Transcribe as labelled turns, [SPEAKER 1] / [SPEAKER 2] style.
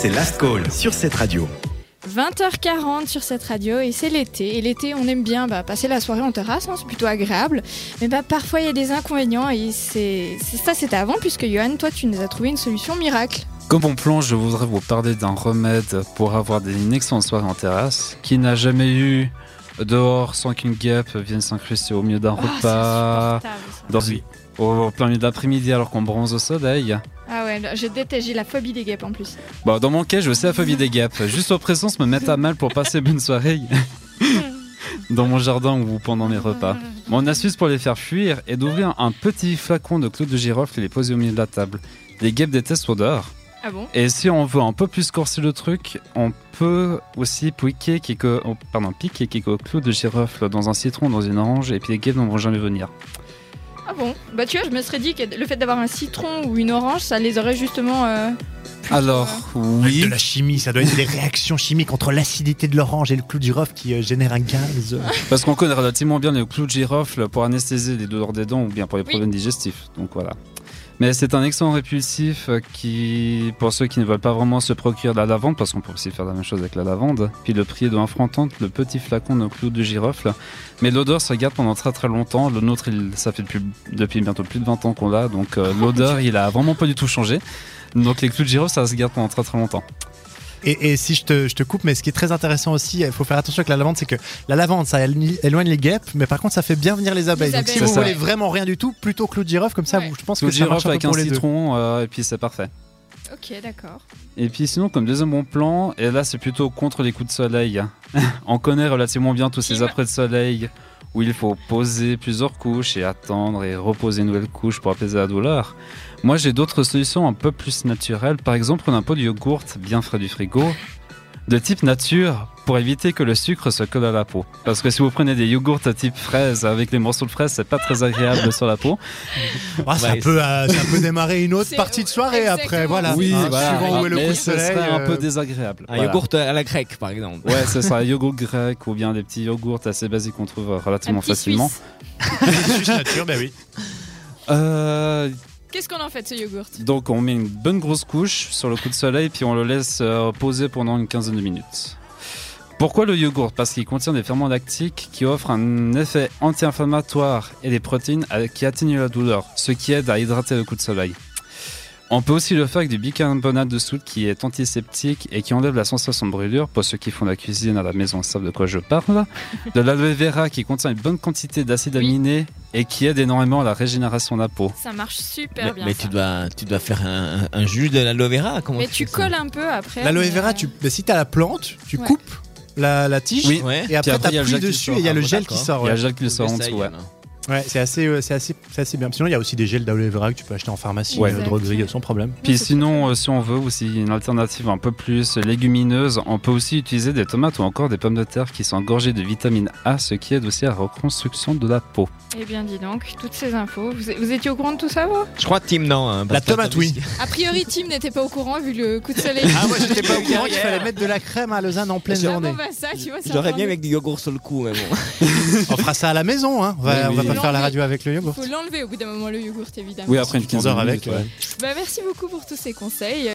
[SPEAKER 1] c'est Last Call sur cette radio.
[SPEAKER 2] 20h40 sur cette radio et c'est l'été. Et l'été, on aime bien bah, passer la soirée en terrasse, hein, c'est plutôt agréable. Mais bah, parfois, il y a des inconvénients et c'est c'est- ça, c'était avant, puisque Johan, toi, tu nous as trouvé une solution miracle.
[SPEAKER 3] Comme bon plan, je voudrais vous parler d'un remède pour avoir des- une excellente soirée en terrasse qui n'a jamais eu dehors sans qu'une guêpe vienne s'incruster au milieu d'un
[SPEAKER 2] Ah, c'est
[SPEAKER 3] repas,
[SPEAKER 2] insupportable, ça.
[SPEAKER 3] dans une- au au plein milieu d'après-midi alors qu'on bronze au soleil.
[SPEAKER 2] Ah ouais, là, je déteste, j'ai la phobie des guêpes en plus.
[SPEAKER 3] Bon, dans mon cas, je sais la phobie des guêpes. Juste leur présence me met à mal pour passer une bonne soirée dans mon jardin ou pendant mes repas. Mon astuce pour les faire fuir est d'ouvrir un petit flacon de clous de girofle et les poser au milieu de la table. Les guêpes détestent l'odeur.
[SPEAKER 2] Ah bon
[SPEAKER 3] Et si on veut un peu plus corser le truc, on peut aussi piquer quelques, oh, pardon, piquer quelques clous de girofle dans un citron, dans une orange, et puis les guêpes n'en vont jamais venir.
[SPEAKER 2] Ah bon Bah tu vois, je me serais dit que le fait d'avoir un citron ou une orange, ça les aurait justement. euh, plus,
[SPEAKER 3] Alors,
[SPEAKER 4] Avec
[SPEAKER 3] oui,
[SPEAKER 4] de la chimie, ça doit être des réactions chimiques entre l'acidité de l'orange et le clou du girofle qui euh, génère un gaz.
[SPEAKER 3] parce qu'on connaît relativement bien les clous de girofle pour anesthésier les douleurs des dents ou bien pour les
[SPEAKER 2] Oui.
[SPEAKER 3] problèmes digestifs. Donc voilà. Mais c'est un excellent répulsif euh, qui, pour ceux qui ne veulent pas vraiment se procurer de la lavande, parce qu'on peut aussi faire la même chose avec la lavande, puis le prix est de 1 franc 30, le petit flacon de clous de girofle. Mais l'odeur se garde pendant très très longtemps. Le nôtre, il- ça fait depuis, depuis bientôt plus de 20 ans qu'on l'a, donc euh, l'odeur, il a vraiment pas du tout changé. Donc les clous de girofle, ça se garde pendant très très longtemps.
[SPEAKER 4] Et, et si je te, je te coupe, mais ce qui est très intéressant aussi, il faut faire attention avec la lavande, c'est que la lavande, ça éloigne éloigne les guêpes, mais par contre, ça fait bien venir les abeilles.
[SPEAKER 2] Les
[SPEAKER 4] Donc si
[SPEAKER 2] abeilles,
[SPEAKER 4] vous
[SPEAKER 3] ouais.
[SPEAKER 4] voulez vraiment rien du tout, plutôt clou de girofle, comme ça,
[SPEAKER 2] Ouais.
[SPEAKER 4] vous- je pense
[SPEAKER 3] Clous
[SPEAKER 4] que
[SPEAKER 3] de
[SPEAKER 4] ça marche
[SPEAKER 3] girofle
[SPEAKER 4] un peu
[SPEAKER 3] avec un
[SPEAKER 4] pour les deux.
[SPEAKER 3] citron, euh, et puis c'est parfait.
[SPEAKER 2] euh, Ok, d'accord.
[SPEAKER 3] Et puis sinon, comme deuxième bon plan, et là c'est plutôt contre les coups de soleil. On connaît relativement bien tous ces
[SPEAKER 2] Kim.
[SPEAKER 3] après de soleil où il faut poser plusieurs couches et attendre et reposer une nouvelle couche pour apaiser la douleur. Moi j'ai d'autres solutions un peu plus naturelles. Par exemple, on a un pot de yogourt bien frais du frigo de type nature pour éviter que le sucre se colle à la peau. Parce que si vous prenez des yogourts type fraise avec les morceaux de fraise, c'est pas très agréable sur la peau.
[SPEAKER 4] Ah, ça,
[SPEAKER 3] Ouais,
[SPEAKER 4] peut, euh, ça peut démarrer une autre
[SPEAKER 2] C'est-
[SPEAKER 4] partie de soirée après,
[SPEAKER 2] exactement.
[SPEAKER 4] voilà.
[SPEAKER 2] Oui,
[SPEAKER 4] Hein,
[SPEAKER 2] voilà.
[SPEAKER 4] Suivant où est le
[SPEAKER 3] Ah, mais
[SPEAKER 4] coup de
[SPEAKER 3] ce
[SPEAKER 4] soleil.
[SPEAKER 3] serait un
[SPEAKER 4] euh,
[SPEAKER 3] peu désagréable.
[SPEAKER 5] Un
[SPEAKER 3] Voilà.
[SPEAKER 5] yogourt à la grecque, par exemple.
[SPEAKER 3] Ouais, ce sera un yogourt grec ou bien des petits yogourts assez basiques qu'on trouve euh,
[SPEAKER 2] Un
[SPEAKER 3] relativement
[SPEAKER 2] petit
[SPEAKER 3] facilement.
[SPEAKER 2] Suisse.
[SPEAKER 4] Suisse nature, bah oui.
[SPEAKER 3] Euh,
[SPEAKER 2] Qu'est-ce qu'on en fait de ce yogourt
[SPEAKER 3] donc on met une bonne grosse couche sur le coup de soleil puis on le laisse euh, poser pendant une quinzaine de minutes. Pourquoi le yogourt Parce qu'il contient des ferments lactiques qui offrent un effet anti-inflammatoire et des protéines euh, qui atténuent la douleur, ce qui aide à hydrater le coup de soleil. On peut aussi le faire avec du bicarbonate de soude qui est antiseptique et qui enlève la sensation de brûlure pour ceux qui font la cuisine à la maison savent de quoi je parle. De l'aloe vera qui contient une bonne quantité d'acides
[SPEAKER 2] Oui.
[SPEAKER 3] aminés et qui aide énormément à la régénération de la peau.
[SPEAKER 2] Ça marche super
[SPEAKER 5] Mais,
[SPEAKER 2] bien.
[SPEAKER 5] mais
[SPEAKER 2] ça.
[SPEAKER 5] tu, dois, tu dois faire un, un jus de l'aloe vera. Comment
[SPEAKER 2] Mais tu
[SPEAKER 5] tu fais ça
[SPEAKER 2] colles un peu après.
[SPEAKER 4] L'aloe
[SPEAKER 2] mais,
[SPEAKER 4] vera,
[SPEAKER 2] euh,
[SPEAKER 4] tu, mais si t'as la plante, tu
[SPEAKER 2] Ouais.
[SPEAKER 4] coupes la, la tige.
[SPEAKER 3] Oui.
[SPEAKER 5] Ouais.
[SPEAKER 4] Et après,
[SPEAKER 3] après, il y a
[SPEAKER 4] t'appuies
[SPEAKER 3] le gel qui
[SPEAKER 4] dessus
[SPEAKER 3] sort.
[SPEAKER 4] et il y a
[SPEAKER 5] Ah
[SPEAKER 4] le
[SPEAKER 5] bon,
[SPEAKER 4] gel qui
[SPEAKER 5] d'accord.
[SPEAKER 4] sort.
[SPEAKER 3] Il y a
[SPEAKER 4] Ouais,
[SPEAKER 3] le gel qui le sort en
[SPEAKER 5] J'essaye,
[SPEAKER 3] dessous. ouais.
[SPEAKER 5] alors.
[SPEAKER 4] Ouais, c'est assez, euh, c'est assez, c'est assez bien. Sinon, il y a aussi des gels d'aloe vera que tu peux acheter en pharmacie,
[SPEAKER 3] Ouais.
[SPEAKER 4] euh, droguerie, sans problème.
[SPEAKER 3] Puis
[SPEAKER 2] Ouais, c'est
[SPEAKER 3] sinon, euh, si on veut aussi une alternative un peu plus légumineuse, on peut aussi utiliser des tomates ou encore des pommes de terre qui sont gorgées de vitamine A, ce qui aide aussi à la reconstruction de la peau.
[SPEAKER 2] Eh bien, dis donc, toutes ces infos. Vous, vous étiez au courant de tout ça, vous
[SPEAKER 5] Je crois que Tim, non. hein, parce
[SPEAKER 4] La
[SPEAKER 5] que-
[SPEAKER 4] tomate, oui.
[SPEAKER 2] A priori, Tim n'était pas au courant vu le coup de soleil.
[SPEAKER 4] Ah ouais, j'étais pas au courant qu'il
[SPEAKER 5] Derrière.
[SPEAKER 4] fallait mettre de la crème à Lausanne en pleine
[SPEAKER 2] Ah bon,
[SPEAKER 4] journée.
[SPEAKER 2] bah ça, tu vois, c'est
[SPEAKER 5] J'aurais
[SPEAKER 2] encore
[SPEAKER 5] bien
[SPEAKER 2] mieux.
[SPEAKER 5] avec du yogourt sur le cou, mais bon.
[SPEAKER 4] On fera ça à la maison, hein. On va,
[SPEAKER 3] Oui,
[SPEAKER 4] on va
[SPEAKER 3] oui.
[SPEAKER 4] pas faire la radio avec le yogourt.
[SPEAKER 2] Faut l'enlever au bout d'un moment, le yogourt, évidemment.
[SPEAKER 3] Oui, après une
[SPEAKER 4] On
[SPEAKER 3] quinzaine
[SPEAKER 4] dort
[SPEAKER 3] de
[SPEAKER 4] avec.
[SPEAKER 3] minutes, ouais.
[SPEAKER 4] ouais.
[SPEAKER 2] Bah, merci beaucoup pour tous ces conseils.